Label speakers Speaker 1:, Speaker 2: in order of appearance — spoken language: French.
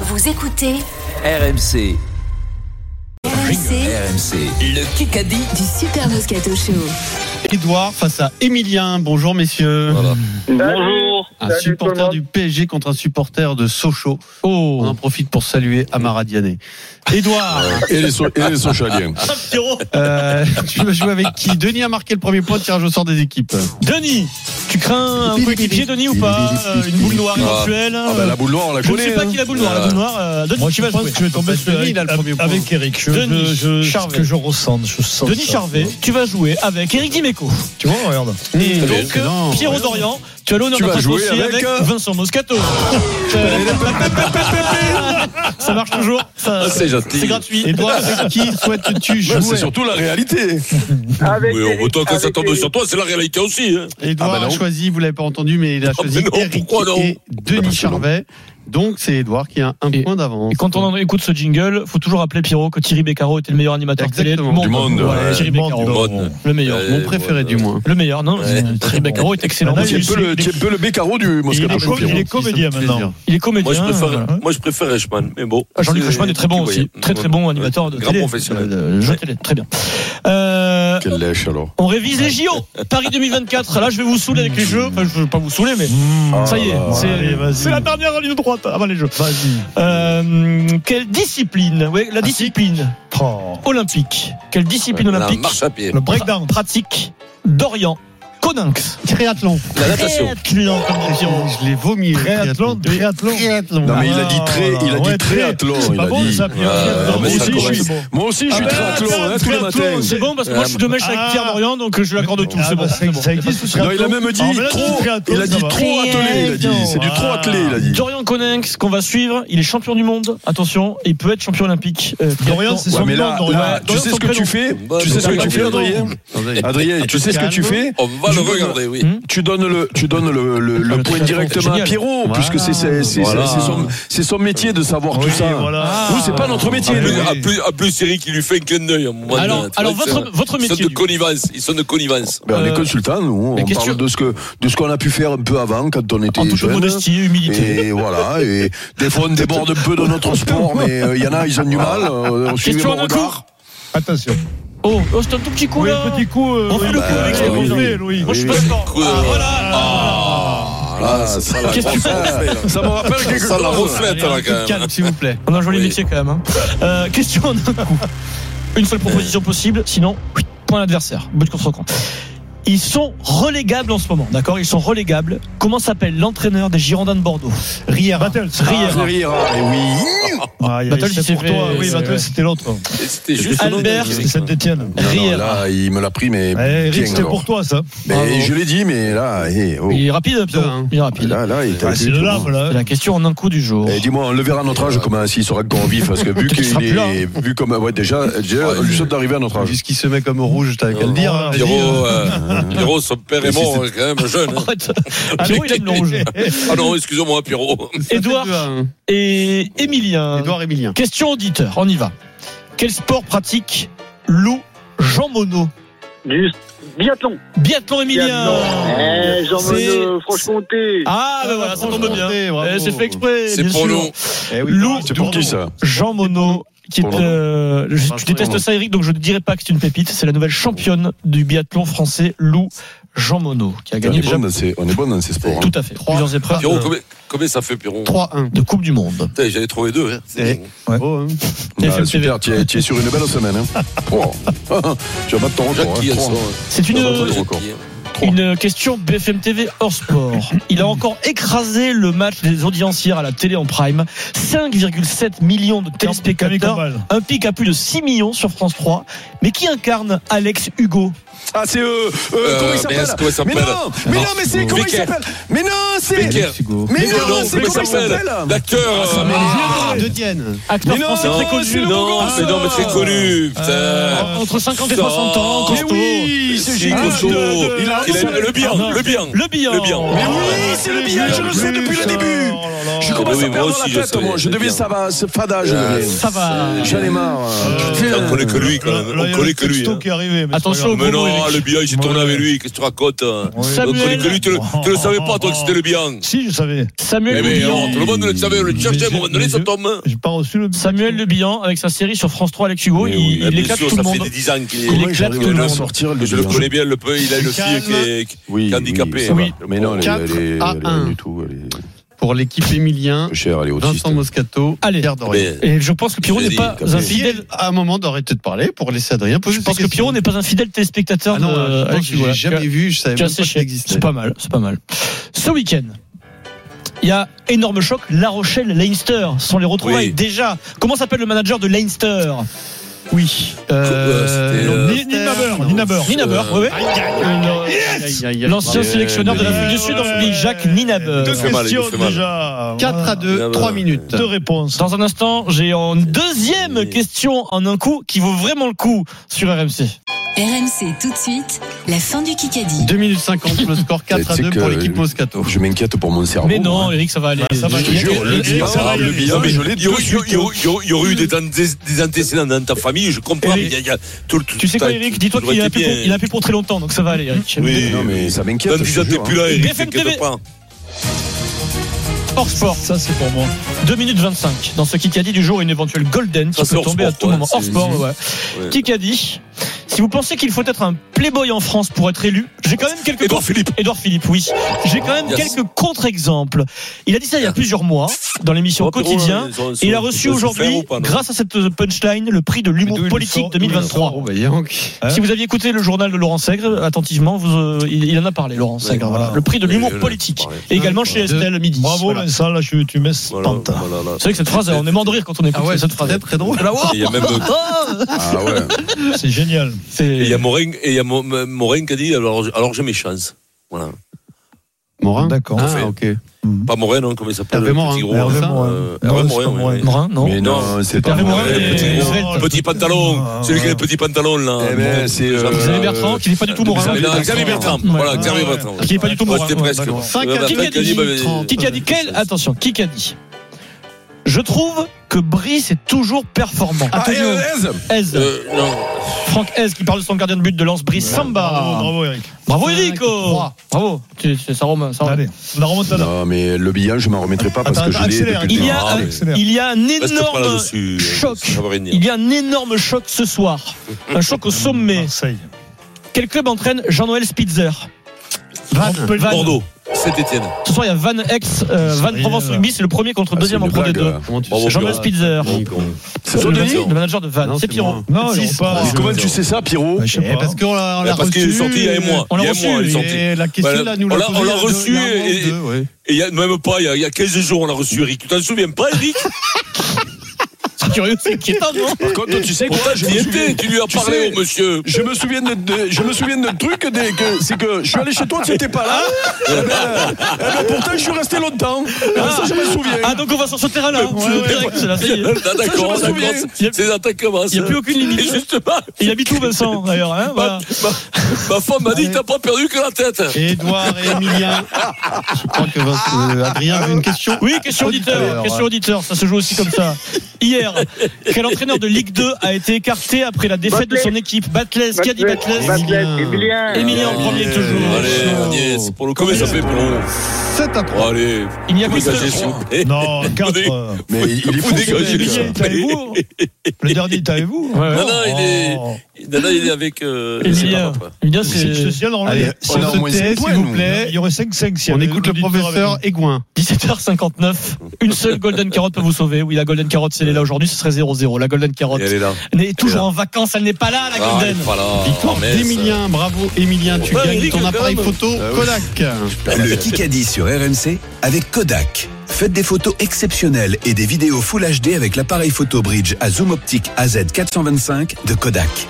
Speaker 1: Vous écoutez
Speaker 2: RMC,
Speaker 1: RMC
Speaker 2: RMC, le Kikadi.
Speaker 1: du Super Moscato Show.
Speaker 3: Edouard face à Emilien. Bonjour messieurs.
Speaker 4: Bonjour.
Speaker 3: Un
Speaker 4: Salut, tout le
Speaker 3: supporter
Speaker 4: monde.
Speaker 3: du PSG contre un supporter de Sochaux. Oh. On en profite pour saluer Amara Diané. Edouard,
Speaker 5: et les, so- et les Sochaliens.
Speaker 6: Ah.
Speaker 3: euh, tu vas jouer avec qui Denis a marqué le premier point de tirage au sort des équipes.
Speaker 7: Denis, tu crains un coéquipier Denis ou pas Euh, Une boule noire éventuelle
Speaker 5: Ah bah,
Speaker 7: euh,
Speaker 5: la boule noire, on la
Speaker 7: Je ne
Speaker 5: connaît.
Speaker 7: sais pas
Speaker 5: hein.
Speaker 7: qui est la boule noire. La boule noire, euh, Denis,
Speaker 6: Moi,
Speaker 7: tu
Speaker 6: je
Speaker 7: vas
Speaker 6: pense
Speaker 7: jouer. Bah,
Speaker 6: que je vais tomber
Speaker 3: Denis,
Speaker 6: sur Eric,
Speaker 3: il a le premier point.
Speaker 6: avec Eric. Je,
Speaker 7: Denis
Speaker 6: je, je,
Speaker 7: Charvet.
Speaker 6: ce que je ressens, je sens.
Speaker 7: Denis
Speaker 6: ça.
Speaker 7: Charvet, tu vas jouer avec Eric Dimeco.
Speaker 6: Tu vois, regarde.
Speaker 7: Et
Speaker 5: Mmh, bien,
Speaker 7: donc,
Speaker 3: excellent.
Speaker 7: Pierrot Dorian, tu as l'honneur
Speaker 5: Tu vas
Speaker 7: d'être
Speaker 5: jouer
Speaker 7: associé
Speaker 5: avec,
Speaker 7: avec,
Speaker 5: euh,
Speaker 7: Vincent Moscato. ça marche toujours. ça-
Speaker 5: Ah, c'est gentil.
Speaker 7: C'est gratuit.
Speaker 3: Edouard, avec qui souhaites-tu
Speaker 6: Ah,
Speaker 5: Ouais, C'est
Speaker 3: jouer
Speaker 5: surtout la réalité.
Speaker 4: Avec
Speaker 8: Oui,
Speaker 4: Eric,
Speaker 8: on autant que
Speaker 4: avec
Speaker 8: ça tombe
Speaker 4: Eric.
Speaker 8: sur toi, c'est la réalité aussi. hein.
Speaker 3: Edouard
Speaker 5: Ah bah
Speaker 3: a
Speaker 5: non. Oh,
Speaker 3: choisi, vous l'avez pas entendu, mais il a
Speaker 8: Ah,
Speaker 3: choisi
Speaker 8: mais non,
Speaker 3: Eric
Speaker 8: pourquoi non
Speaker 3: et
Speaker 5: Bah,
Speaker 3: Denis Charvet. Donc c'est Edouard qui a un
Speaker 7: Et-
Speaker 3: point d'avance.
Speaker 7: Et quand on en écoute ce jingle, faut toujours appeler Pierrot que Thierry Beccaro était le meilleur animateur télé
Speaker 3: Exactement.
Speaker 5: Du monde,
Speaker 7: Voilà,
Speaker 5: ouais.
Speaker 7: Thierry
Speaker 6: Du monde,
Speaker 7: Beccaro,
Speaker 6: du
Speaker 8: Bonne.
Speaker 6: monde.
Speaker 7: le meilleur.
Speaker 8: Euh,
Speaker 3: Mon préféré
Speaker 8: ouais,
Speaker 3: du
Speaker 8: ouais.
Speaker 3: moins.
Speaker 7: Le meilleur, non
Speaker 8: Ouais.
Speaker 7: Thierry Beccaro est excellent.
Speaker 6: Ah,
Speaker 5: Tu es un peu le- tu es un peu le Beccaro du
Speaker 6: Il
Speaker 5: Moscato
Speaker 6: est
Speaker 5: Show,
Speaker 6: com- il
Speaker 5: Pierrot.
Speaker 6: est comédien
Speaker 3: Ça me fait
Speaker 6: maintenant.
Speaker 7: Il est comédien.
Speaker 8: Moi, je préfère,
Speaker 7: voilà.
Speaker 8: moi, je préfère Eichmann, mais bon.
Speaker 7: Hein Ah, Jean-Luc
Speaker 8: C'est-
Speaker 7: Reichmann est très bon
Speaker 8: voyez.
Speaker 7: aussi. Très très bon animateur de
Speaker 8: Grand
Speaker 7: télé.
Speaker 8: professionnel.
Speaker 7: Euh, de jeu télé, très bien. Euh,
Speaker 5: Quelle lèche alors.
Speaker 7: on révise les JO. Paris 2024. Là, je vais vous saouler avec les jeux. Enfin, je veux pas vous saouler, mais ça y est.
Speaker 6: Mmh. Allez,
Speaker 7: c'est-
Speaker 6: vas-y.
Speaker 7: C'est la dernière ligne droite avant les jeux.
Speaker 6: Vas-y. Ah,
Speaker 7: Euh, quelle discipline Oui, la discipline
Speaker 6: Prends.
Speaker 7: olympique. Quelle discipline
Speaker 8: La
Speaker 7: olympique
Speaker 8: marche à pied,
Speaker 6: Oh. Le breakdown.
Speaker 7: pratique d'Orient Coninx.
Speaker 3: Triathlon.
Speaker 8: la natation.
Speaker 7: Triathlon, comme dit Pierrot.
Speaker 3: Je l'ai vomi. le
Speaker 6: Triathlon, triathlon.
Speaker 3: Triathlon. Ah,
Speaker 5: Non mais il a dit très, il a
Speaker 6: Ah, Ouais, très.
Speaker 5: dit triathlon.
Speaker 6: C'est
Speaker 5: il
Speaker 6: pas
Speaker 5: a
Speaker 6: bon,
Speaker 5: dit.
Speaker 6: ça,
Speaker 5: Ah,
Speaker 6: Pierre.
Speaker 5: mais
Speaker 6: Moi
Speaker 5: ça
Speaker 6: aussi, je
Speaker 5: commence.
Speaker 6: suis.
Speaker 5: Moi aussi, je suis
Speaker 6: Ah,
Speaker 5: triathlon hein, tous les matins.
Speaker 7: Triathlon, C'est bon parce que moi je suis de mèche avec Pierre Dorian donc je l'accorde tout.
Speaker 6: Ah,
Speaker 7: C'est bon.
Speaker 6: bah, ça-
Speaker 7: c'est bon.
Speaker 6: Ça existe ce
Speaker 5: Non, il a
Speaker 6: triathlon
Speaker 5: même dit
Speaker 6: Ah, mais là, c'est
Speaker 5: trop.
Speaker 6: triathlon,
Speaker 5: Il a
Speaker 6: ça
Speaker 5: dit
Speaker 6: va. ah.
Speaker 5: trop attelé. Il a dit, c'est du trop attelé. Il a dit.
Speaker 7: Dorian Coninx qu'on va suivre, il est champion du monde. Attention, il peut être champion olympique. Euh,
Speaker 6: Dorian, c'est
Speaker 5: Ouais,
Speaker 6: son
Speaker 5: mais là,
Speaker 6: nom, Dorian.
Speaker 5: là, tu
Speaker 7: Dorian,
Speaker 5: sais
Speaker 7: son
Speaker 5: ce que
Speaker 7: prénom.
Speaker 5: tu fais.
Speaker 8: Bah,
Speaker 5: Tu sais ce que
Speaker 8: Dorian,
Speaker 5: tu fais,
Speaker 8: Dorian.
Speaker 5: Adrien. Adrien, tu sais ce que tu fais.
Speaker 8: On va le regarder, oui.
Speaker 5: Hmm Tu donnes le, tu donnes le, le, le
Speaker 7: le
Speaker 5: point
Speaker 7: triathlon,
Speaker 5: directement à
Speaker 7: génial.
Speaker 5: Pierrot, puisque c'est c'est- c'est-
Speaker 8: Voilà.
Speaker 5: c'est son, c'est son métier de savoir tout ça.
Speaker 6: voilà.
Speaker 5: Nous, c'est pas notre
Speaker 8: Ah, À
Speaker 5: métier.
Speaker 8: plus,
Speaker 5: nous.
Speaker 8: à plus, à plus Eric, il lui fait un clin d'œil. à un moment donné.
Speaker 7: Alors,
Speaker 8: Tu
Speaker 7: alors
Speaker 8: vois, c'est-
Speaker 7: votre, votre
Speaker 8: Ils sont
Speaker 7: métier.
Speaker 8: de connivence. Ils sont de connivence.
Speaker 5: Ben, on est
Speaker 7: Euh,
Speaker 5: consultants, nous.
Speaker 7: mais
Speaker 5: On
Speaker 7: question-
Speaker 5: parle de ce que de ce qu'on a pu faire un peu avant quand on était
Speaker 7: En toute
Speaker 5: jeune. hein.
Speaker 7: modestie, humilité.
Speaker 5: Et voilà, et des fois on déborde un peu de notre sport, mais euh, il y en a, ils ont du mal. euh, on suivait
Speaker 7: Question
Speaker 5: mon
Speaker 7: d'un coup.
Speaker 5: regard.
Speaker 6: Attention.
Speaker 7: Oh, oh, c'est un tout petit coup
Speaker 6: Oui,
Speaker 7: là.
Speaker 6: un petit coup. euh,
Speaker 7: On fait le coup
Speaker 5: bah,
Speaker 7: avec les
Speaker 5: oui,
Speaker 7: bons
Speaker 5: oui.
Speaker 7: yeux, Louis. Moi je suis
Speaker 5: Oui,
Speaker 7: pas
Speaker 5: oui.
Speaker 7: dedans. Ah, voilà.
Speaker 5: Ah, là, ça la
Speaker 7: Qu'est-ce que tu fais
Speaker 5: reflète. Ça me rappelle quelque
Speaker 8: Ça la
Speaker 5: chose.
Speaker 8: reflète, là, quand même.
Speaker 3: Calme, s'il vous plaît.
Speaker 7: On a un joli
Speaker 8: Oui.
Speaker 7: métier quand même. hein. Euh, question d'un coup. Une seule proposition possible, sinon, point l'adversaire. But contre camp. Ils sont relégables en ce moment, d'accord Ils sont relégables. Comment s'appelle l'entraîneur des Girondins de Bordeaux
Speaker 6: Rire. Battles.
Speaker 5: Ah,
Speaker 7: Rire.
Speaker 5: rire, ah, et oui.
Speaker 6: Ah, il y a-
Speaker 7: Battles, il
Speaker 6: c'est
Speaker 7: s'est
Speaker 6: pour
Speaker 7: fait-
Speaker 6: toi. Oui,
Speaker 7: c'est
Speaker 6: Battles,
Speaker 7: vrai.
Speaker 6: c'était l'autre.
Speaker 8: Et C'était juste
Speaker 7: Albert,
Speaker 6: C'est Saint-Etienne.
Speaker 5: Non, non,
Speaker 7: Rire.
Speaker 5: là, il me l'a pris, mais.
Speaker 6: Eh,
Speaker 5: bien,
Speaker 6: Eric, c'était
Speaker 5: alors. Eh,
Speaker 6: pour toi, ça.
Speaker 5: Mais je l'ai dit, mais là, eh, oh.
Speaker 7: Il est rapide, Pierrot.
Speaker 3: hein.
Speaker 7: Il est rapide.
Speaker 5: là, là, il était.
Speaker 6: Ah, C'est le lame, là.
Speaker 7: C'est la question en un coup du jour.
Speaker 5: Eh, dis-moi, on le verra à notre âge comment s'il sera encore vif parce que vu
Speaker 6: Peut-être qu'il sera
Speaker 5: qu'il
Speaker 6: plus là,
Speaker 5: est vu comme ouais déjà, déjà le fait d'arriver à notre âge.
Speaker 3: Puisqu'il se met comme au rouge, t'as qu'à le dire. hein.
Speaker 8: Pierrot,
Speaker 3: Vas-y, euh.
Speaker 8: euh, Pierrot, son père est mort, hein, quand même jeune. hein.
Speaker 7: Arrête. Pierrot, il aime le rouge.
Speaker 8: Ah non, excusez-moi, Pierrot.
Speaker 7: Edouard
Speaker 3: Edouard,
Speaker 7: et Emilien.
Speaker 3: Edouard Emilien.
Speaker 7: Question auditeur, on y va. Quel sport pratique Lou Jean Monod
Speaker 4: Du biathlon.
Speaker 7: Biathlon Emilien
Speaker 9: Ah.
Speaker 4: Eh, Jean
Speaker 7: C'est-
Speaker 4: Monod, Franche-Comté.
Speaker 7: Ah ben voilà, ça tombe bien.
Speaker 3: Bravo.
Speaker 7: Eh, C'est fait exprès.
Speaker 8: C'est
Speaker 7: bien
Speaker 8: pour
Speaker 7: sûr. Ah
Speaker 8: nous.
Speaker 3: Eh oui.
Speaker 7: Lou
Speaker 5: C'est pour qui ça
Speaker 7: Jean Monod. Qui est,
Speaker 5: Pour nous.
Speaker 7: euh, je, je déteste ça, Eric, donc je ne dirais pas que c'est une pépite. C'est la nouvelle championne du biathlon français, Lou Jean Monod, qui a
Speaker 5: on
Speaker 7: gagné
Speaker 5: est,
Speaker 7: déjà
Speaker 5: bon dans ces, on est bon dans ces sports. hein.
Speaker 7: tout à fait plusieurs épreuves
Speaker 8: Pierrot,
Speaker 7: euh,
Speaker 8: combien, combien ça fait, Pierrot
Speaker 3: 3-1.
Speaker 7: de Coupe du Monde.
Speaker 8: Putain, J'avais trouvé deux. hein. C'est
Speaker 3: Eh.
Speaker 8: bon.
Speaker 3: Oh, hein.
Speaker 5: Ah,
Speaker 7: TFM TV.
Speaker 5: super, tu es, tu es sur une belle semaine. Hein. Oh. tu vas battre ton record.
Speaker 8: Jackie,
Speaker 5: Hein.
Speaker 8: elles sont.
Speaker 5: Trois.
Speaker 7: C'est une,
Speaker 5: Dans un
Speaker 8: elles sont
Speaker 5: Trois.
Speaker 8: Jackie, hein.
Speaker 5: Trois.
Speaker 7: Une question BFM TV hors sport. Il a encore écrasé le match des audiencières à la télé en prime. 5,7 millions de téléspectateurs. Un pic à plus de 6 millions sur France 3. Mais qui incarne Alex Hugo
Speaker 5: Ah, c'est eux.
Speaker 8: Euh,
Speaker 5: comment il
Speaker 8: mais est-ce
Speaker 5: s'appelle
Speaker 8: comment il s'appelle
Speaker 5: Mais non, mais non, mais c'est comment il
Speaker 8: Becker.
Speaker 5: s'appelle Mais non, c'est.
Speaker 8: Becker.
Speaker 3: Hugo.
Speaker 5: Mais
Speaker 8: Mais
Speaker 5: non, c'est
Speaker 8: comment
Speaker 5: comment il s'appelle
Speaker 8: L'acteur. euh, Ah,
Speaker 3: Ah, de Dienne.
Speaker 7: Acteur
Speaker 5: Mais non,
Speaker 7: français très
Speaker 5: c'est
Speaker 7: connu.
Speaker 5: le bon
Speaker 8: Non,
Speaker 5: gosse.
Speaker 8: mais non, mais très connu, putain.
Speaker 7: Euh, entre 50 et
Speaker 8: Ça.
Speaker 7: 60 ans,
Speaker 5: Mais
Speaker 7: costaud.
Speaker 5: oui, c'est
Speaker 8: Si,
Speaker 5: génial.
Speaker 8: costaud.
Speaker 5: De- de-
Speaker 8: Il a- il a- Le bien, le bien.
Speaker 7: Le bien.
Speaker 8: Le bien.
Speaker 5: Mais oui, c'est le bien, je le sais depuis le début. Je commence
Speaker 8: oui,
Speaker 5: à
Speaker 8: moi
Speaker 5: perdre
Speaker 8: aussi,
Speaker 5: la
Speaker 8: je
Speaker 5: tête, moi.
Speaker 8: sais,
Speaker 5: Je deviens
Speaker 8: bien.
Speaker 5: ça va, ce fadage. je
Speaker 8: Ah,
Speaker 5: deviens.
Speaker 7: Ça va.
Speaker 5: J'en ai marre.
Speaker 8: Euh, On connaît que lui, hein. quand même. On connaît que lui. hein.
Speaker 6: qui est arrivé. mais c'est
Speaker 7: Attention
Speaker 6: pas
Speaker 7: au
Speaker 6: grave.
Speaker 8: Mais
Speaker 7: promo,
Speaker 8: non, Ah, le bien, j'ai tourné
Speaker 6: Ouais.
Speaker 8: avec lui. Qu'est-ce que tu racontes hein
Speaker 6: Oui.
Speaker 8: Donc, on dit
Speaker 7: Samuel.
Speaker 8: que lui, tu le, tu le savais pas, toi, que c'était le bien.
Speaker 6: Si, je savais.
Speaker 8: Mais,
Speaker 7: Samuel
Speaker 8: mais
Speaker 7: Le
Speaker 8: non,
Speaker 7: Bihan.
Speaker 8: tout le monde le savait, Eh ben, on le cherchait à un moment donné, ça tombe.
Speaker 6: J'ai pas reçu le.
Speaker 7: Samuel Le Bihan, avec sa série sur France 3 Alex Hugo,
Speaker 5: Mais
Speaker 7: il,
Speaker 5: oui,
Speaker 7: il
Speaker 8: Eh, Ah, Bien
Speaker 7: éclate
Speaker 8: sûr,
Speaker 7: tout le
Speaker 8: ça
Speaker 7: monde.
Speaker 8: fait des designs qu'il
Speaker 7: Il
Speaker 8: est.
Speaker 7: éclate
Speaker 5: j'arrive
Speaker 7: tout le
Speaker 5: à
Speaker 7: monde.
Speaker 5: sortir le
Speaker 8: Je le connais bien, le peu, il a une fille qui est.
Speaker 5: Oui,
Speaker 8: handicapé.
Speaker 5: oui, ça va.
Speaker 7: Oui.
Speaker 5: Mais non, elle est- elle est- elle est
Speaker 3: à
Speaker 5: rien
Speaker 3: un.
Speaker 5: du tout. Elle est
Speaker 3: Pour l'équipe Emilien,
Speaker 5: peu chère, elle est autiste.
Speaker 3: Vincent Moscato,
Speaker 7: Allez.
Speaker 3: Pierre Dorian.
Speaker 8: Mais-
Speaker 7: Et je pense que Pierrot
Speaker 8: Je l'ai
Speaker 7: n'est
Speaker 8: dit,
Speaker 7: pas
Speaker 8: comme
Speaker 7: un
Speaker 8: ça.
Speaker 7: fidèle.
Speaker 3: À un moment d'arrêter de parler pour laisser Adrien poser
Speaker 7: Je pense que Pierrot n'est pas euh, un fidèle téléspectateur
Speaker 3: Ah non,
Speaker 7: de
Speaker 3: je pense
Speaker 7: Alex
Speaker 3: que
Speaker 7: Hugo.
Speaker 3: j'ai jamais vu, je savais
Speaker 7: Tu as
Speaker 3: même pas que ça
Speaker 7: séché.
Speaker 3: existait.
Speaker 7: C'est pas mal, c'est pas mal. Ce week-end. Il y a énorme choc. La Rochelle, Leinster ce sont les retrouvailles
Speaker 8: Oui.
Speaker 7: déjà. Comment s'appelle le manager de Leinster
Speaker 3: Oui.
Speaker 8: Euh,
Speaker 6: Ni- Nina Beur, Nina Beur.
Speaker 7: Nina Beur, ouais, ouais. L'ancien
Speaker 8: Euh,
Speaker 7: sélectionneur de l'Afrique du
Speaker 6: Ouais,
Speaker 7: Sud,
Speaker 6: ouais,
Speaker 7: Henri
Speaker 6: ouais.
Speaker 7: Jacques Nina
Speaker 6: Deux
Speaker 7: Beur.
Speaker 8: fait mal, il
Speaker 6: questions
Speaker 8: fait mal.
Speaker 6: déjà.
Speaker 3: 4
Speaker 6: Voilà.
Speaker 3: à 2,
Speaker 8: Voilà.
Speaker 3: 3 minutes.
Speaker 6: Deux réponses.
Speaker 7: Dans un instant, j'ai une deuxième question en un coup qui vaut vraiment le coup sur RMC.
Speaker 1: RMC tout de suite, la fin du Kikadi.
Speaker 3: 2 minutes 50, le score 4 à
Speaker 5: Tu sais
Speaker 3: 2
Speaker 5: que-
Speaker 3: pour l'équipe Moscato.
Speaker 5: Je m'inquiète pour mon cerveau.
Speaker 7: Mais non,
Speaker 5: moi.
Speaker 7: Eric, oh, ça va aller.
Speaker 6: ça va
Speaker 5: Je te jure, le
Speaker 6: Et- et-
Speaker 5: bien,
Speaker 6: ça va y
Speaker 5: le
Speaker 6: aller.
Speaker 5: bien, mais je l'ai
Speaker 8: Il y
Speaker 5: de
Speaker 8: aurait- il y
Speaker 5: suite.
Speaker 8: aurait- il y aurait- il y aurait- il y aurait eu des, an- des- des antécédents dans ta famille, je comprends. mais il y a- il y a tout le-
Speaker 7: Tu sais quoi,
Speaker 8: t'as-
Speaker 7: Eric
Speaker 8: tout
Speaker 7: Dis-toi
Speaker 8: aurait
Speaker 7: qu'il a,
Speaker 8: été
Speaker 7: pu pour-
Speaker 8: bien.
Speaker 7: il a pu pour très longtemps, donc ça va aller, Eric.
Speaker 8: Oui,
Speaker 5: Non, mais ça
Speaker 8: Dans
Speaker 5: m'inquiète. je
Speaker 8: 10 ans,
Speaker 5: te
Speaker 8: t'es
Speaker 5: jure, hein.
Speaker 8: plus là, Eric,
Speaker 7: BFM TV.
Speaker 8: t'inquiète pas.
Speaker 7: Hors sport. Ça, c'est pour moi. 2 minutes 25. Dans ce Kikadi du jour, une éventuelle golden qui
Speaker 8: Ça, c'est
Speaker 7: peut
Speaker 8: hors
Speaker 7: tomber à
Speaker 8: sport,
Speaker 7: tout
Speaker 8: ouais,
Speaker 7: moment. Hors
Speaker 8: c'est-
Speaker 7: sport, ouais.
Speaker 8: Ouais.
Speaker 7: Kikadi. Si vous pensez qu'il faut être un playboy en France pour être élu, j'ai quand même quelques.
Speaker 8: Édouard Philippe.
Speaker 7: Édouard Philippe, oui. J'ai quand même
Speaker 8: Yes.
Speaker 7: quelques contre-exemples. Il a dit ça il y a plusieurs mois, dans l'émission
Speaker 8: oh,
Speaker 7: quotidien. Et il a reçu aujourd'hui, grâce à cette punchline, le prix de l'humour politique 2023.
Speaker 3: Oh, bah, dis donc.
Speaker 6: Hein
Speaker 7: Si vous aviez écouté le journal de Laurent Sègre attentivement, vous, euh, il, il en a parlé, Laurent Sègre.
Speaker 8: Ouais,
Speaker 7: voilà.
Speaker 8: voilà.
Speaker 7: Le prix de l'humour
Speaker 8: Ouais, ouais,
Speaker 7: politique.
Speaker 8: ouais.
Speaker 7: Et également chez
Speaker 3: Deux.
Speaker 7: Estelle Midi.
Speaker 6: Bravo,
Speaker 7: Voilà.
Speaker 6: Vincent, là, je- tu mets ce pantin.
Speaker 7: C'est vrai que cette phrase, on est mort de rire quand on écoute
Speaker 3: Ah ouais,
Speaker 7: cette phrase.
Speaker 3: très, très drôle.
Speaker 7: Voilà, wow.
Speaker 8: Il y a même
Speaker 5: Ah ouais.
Speaker 6: C'est génial.
Speaker 8: et il y
Speaker 7: C'est
Speaker 8: a Morin et il y a Mo- Mo- Morin qui a dit alors alors j'ai mes chances. Voilà.
Speaker 3: Morin
Speaker 6: D'accord.
Speaker 3: Ah, ok.
Speaker 8: Pas Morin non, comment il s'appelle
Speaker 3: Hervé
Speaker 8: le
Speaker 3: Morin.
Speaker 8: petit gros,
Speaker 6: Hervé
Speaker 8: là,
Speaker 6: Morin.
Speaker 8: euh, Hervé
Speaker 6: Non, c'est
Speaker 8: Morin,
Speaker 6: pas
Speaker 8: ouais, ouais.
Speaker 7: Morin, non
Speaker 5: Mais non, c'est pas
Speaker 7: Hervé Morin,
Speaker 5: vrai.
Speaker 7: mais-
Speaker 5: Petit gros.
Speaker 7: Ouais.
Speaker 8: Le Petit pantalon,
Speaker 6: Ah,
Speaker 8: celui qui a
Speaker 6: ouais.
Speaker 8: le petit pantalon là.
Speaker 5: Eh ben, c'est. euh,
Speaker 7: Vous avez Bertrand qui n'est pas du tout
Speaker 8: Mais
Speaker 7: Morin.
Speaker 8: non, Xavier Bertrand.
Speaker 7: Ouais.
Speaker 8: Voilà, Xavier
Speaker 6: ouais.
Speaker 8: Bertrand.
Speaker 7: Qui n'est pas du tout
Speaker 8: Ouais,
Speaker 7: Morin.
Speaker 8: c'était
Speaker 7: ouais,
Speaker 8: presque.
Speaker 7: d'accord.
Speaker 3: 5
Speaker 8: Ouais,
Speaker 3: à
Speaker 8: bah,
Speaker 7: Qui a
Speaker 8: Bertrand qui a dit, bah,
Speaker 7: dit-
Speaker 8: mais-
Speaker 3: trente.
Speaker 7: Qui a dit quel Attention, qui a dit Je trouve que Brice est toujours performant.
Speaker 5: Ah,
Speaker 7: Antonio
Speaker 5: Hernandez
Speaker 7: Hez,
Speaker 8: Euh, non.
Speaker 7: Franck Hez qui parle de son gardien de but de lance Brice
Speaker 3: Bah,
Speaker 7: Samba.
Speaker 6: Bravo, bravo, Eric.
Speaker 7: Bravo
Speaker 6: Cinq,
Speaker 7: Erico
Speaker 6: trois.
Speaker 7: Bravo Tu- c'est- Ça remonte, ça remonte.
Speaker 6: Allez, la remontada.
Speaker 5: Non, mais le billet, je m'en remettrai pas parce
Speaker 6: Attends,
Speaker 5: que je l'ai.
Speaker 6: accélère,
Speaker 5: depuis
Speaker 7: Il
Speaker 5: le
Speaker 7: y
Speaker 5: départ.
Speaker 7: a,
Speaker 8: Ah, mais-
Speaker 6: accélère.
Speaker 7: il y a un
Speaker 8: Reste pas
Speaker 7: énorme
Speaker 8: là-dessus. euh,
Speaker 7: choc.
Speaker 8: Ça va venir.
Speaker 7: il y a un énorme choc ce soir. Un choc au sommet.
Speaker 6: Marseille.
Speaker 7: Quel club entraîne Jean-Noël Spitzer
Speaker 6: Montpellier.
Speaker 7: Van.
Speaker 8: Bordeaux, Saint-Étienne.
Speaker 7: Ce soir, il y a Van Ex, euh, Van Provence Rugby, c'est le premier contre le
Speaker 5: Ah,
Speaker 7: deuxième
Speaker 5: c'est
Speaker 7: en
Speaker 5: une
Speaker 7: Pro
Speaker 5: blague,
Speaker 7: D2.
Speaker 5: là.
Speaker 3: Comment tu
Speaker 8: Bravo,
Speaker 3: sais
Speaker 7: Jean-Noël
Speaker 3: ça
Speaker 7: Spitzer,
Speaker 5: C'est
Speaker 7: le,
Speaker 5: toi, Denis
Speaker 7: le manager de Van,
Speaker 3: Non,
Speaker 7: c'est
Speaker 3: c'est
Speaker 7: Pierrot.
Speaker 3: moi.
Speaker 6: Non, il
Speaker 7: Six. Ah,
Speaker 6: est pas.
Speaker 5: Mais Comment tu sais ça,
Speaker 7: bah,
Speaker 5: Pierrot
Speaker 6: Je sais
Speaker 3: Eh,
Speaker 6: pas.
Speaker 3: Parce qu'on l'a on l'a
Speaker 8: Parce qu'il est
Speaker 3: reçu.
Speaker 8: sorti il y a un mois.
Speaker 7: On l'a
Speaker 8: Il y a un
Speaker 7: reçu,
Speaker 8: mois, il
Speaker 7: lui.
Speaker 8: est sorti.
Speaker 3: Et la question,
Speaker 8: Bah,
Speaker 3: là, nous
Speaker 8: on l'a-
Speaker 3: l'a posée
Speaker 8: on l'a
Speaker 3: il y a deux-
Speaker 8: reçu
Speaker 3: il y a un mois ou
Speaker 8: et-
Speaker 3: deux, ouais.
Speaker 8: Et il y a même pas, il y a, il y a 15 jours, on l'a reçu, Eric. Tu t'en souviens pas, Eric
Speaker 7: C'est curieux, c'est inquiétant, non
Speaker 5: Par contre, toi, tu sais quoi
Speaker 8: Pourtant,
Speaker 5: je
Speaker 8: tu y
Speaker 5: me, souviens,
Speaker 8: étais, tu lui as
Speaker 5: Tu
Speaker 8: parlé
Speaker 5: sais-
Speaker 8: au monsieur.
Speaker 5: je me souviens de, de- je me souviens d'un truc, des- que- c'est que je suis allé chez toi, tu n'étais pas là. Eh ben, eh ben, pourtant, je suis resté longtemps. Ah, ça, je me souviens.
Speaker 7: Ah, donc on va sur ce terrain-là. hein.
Speaker 6: Ouais, ouais.
Speaker 7: Direct, c'est là, ça y est.
Speaker 8: Ah, D'accord,
Speaker 5: Ça, je me souviens.
Speaker 8: d'accord. Ces attaques commencent.
Speaker 7: Il n'y a plus aucune
Speaker 8: Et
Speaker 7: limite.
Speaker 8: justement,
Speaker 7: Il habite où, Vincent, d'ailleurs hein Voilà.
Speaker 8: ma, ma- ma femme m'a dit que t'as pas perdu que la tête.
Speaker 3: Édouard et Emilien. Je crois que Vincent- euh, Adrien
Speaker 6: Ah,
Speaker 3: a une question.
Speaker 7: Oui, question auditeur,
Speaker 3: Auditeur.
Speaker 7: question
Speaker 6: euh,
Speaker 7: auditeur, ça se joue aussi comme ça. Hier, quel entraîneur de Ligue 2 a été écarté après la défaite de son équipe Batles, qui a dit Batles
Speaker 4: Batles,
Speaker 3: Emilien.
Speaker 4: Emilien.
Speaker 7: Emilien en premier toujours.
Speaker 8: Allez, Agnès, pour le comment ça fait pour nous
Speaker 3: 7 à 3.
Speaker 8: Bon, Allez,
Speaker 7: Il n'y a plus que
Speaker 8: dégagez, s'il vous plaît.
Speaker 6: Non, quatre.
Speaker 8: Vous
Speaker 6: euh,
Speaker 5: Mais il, il est fou,
Speaker 8: Vous
Speaker 5: ce
Speaker 8: dégagez,
Speaker 5: mec.
Speaker 8: les gars.
Speaker 6: Emilien, t'es avec vous Le dernier, t'es avec vous
Speaker 8: Non, non, il est.
Speaker 6: Oh.
Speaker 8: Non, non, Eh, il est avec. Euh, je sais
Speaker 7: Emilien.
Speaker 8: pas, papa.
Speaker 7: Emilien, c'est
Speaker 6: Je suis on
Speaker 3: Allez,
Speaker 6: relève.
Speaker 5: on a au moins cinq
Speaker 6: tait,
Speaker 5: points,
Speaker 6: s'il vous
Speaker 5: nous.
Speaker 6: plaît. Il y aurait 5-5 si
Speaker 3: On écoute le professeur Aigouin.
Speaker 7: 17h59. Une seule Golden Carotte peut vous sauver. Oui, la Golden Carotte, si elle est là aujourd'hui, ce serait 0-0. La Golden Carotte
Speaker 8: Et elle est là.
Speaker 7: n'est toujours
Speaker 8: là.
Speaker 7: en vacances, elle n'est pas là, la
Speaker 8: Ah,
Speaker 7: Golden.
Speaker 8: il est pas là.
Speaker 3: Victoire
Speaker 8: Ah, mince.
Speaker 3: d'Emilien. Bravo, Emilien. Tu
Speaker 8: Ouais,
Speaker 3: gagnes
Speaker 8: Eric,
Speaker 3: ton
Speaker 8: quand
Speaker 3: appareil
Speaker 8: même.
Speaker 3: photo
Speaker 5: Ah oui.
Speaker 3: Kodak.
Speaker 9: Le Kikadi sur RMC avec Kodak. Faites des photos exceptionnelles et des vidéos Full HD avec l'appareil photo bridge à zoom optique AZ425 de Kodak.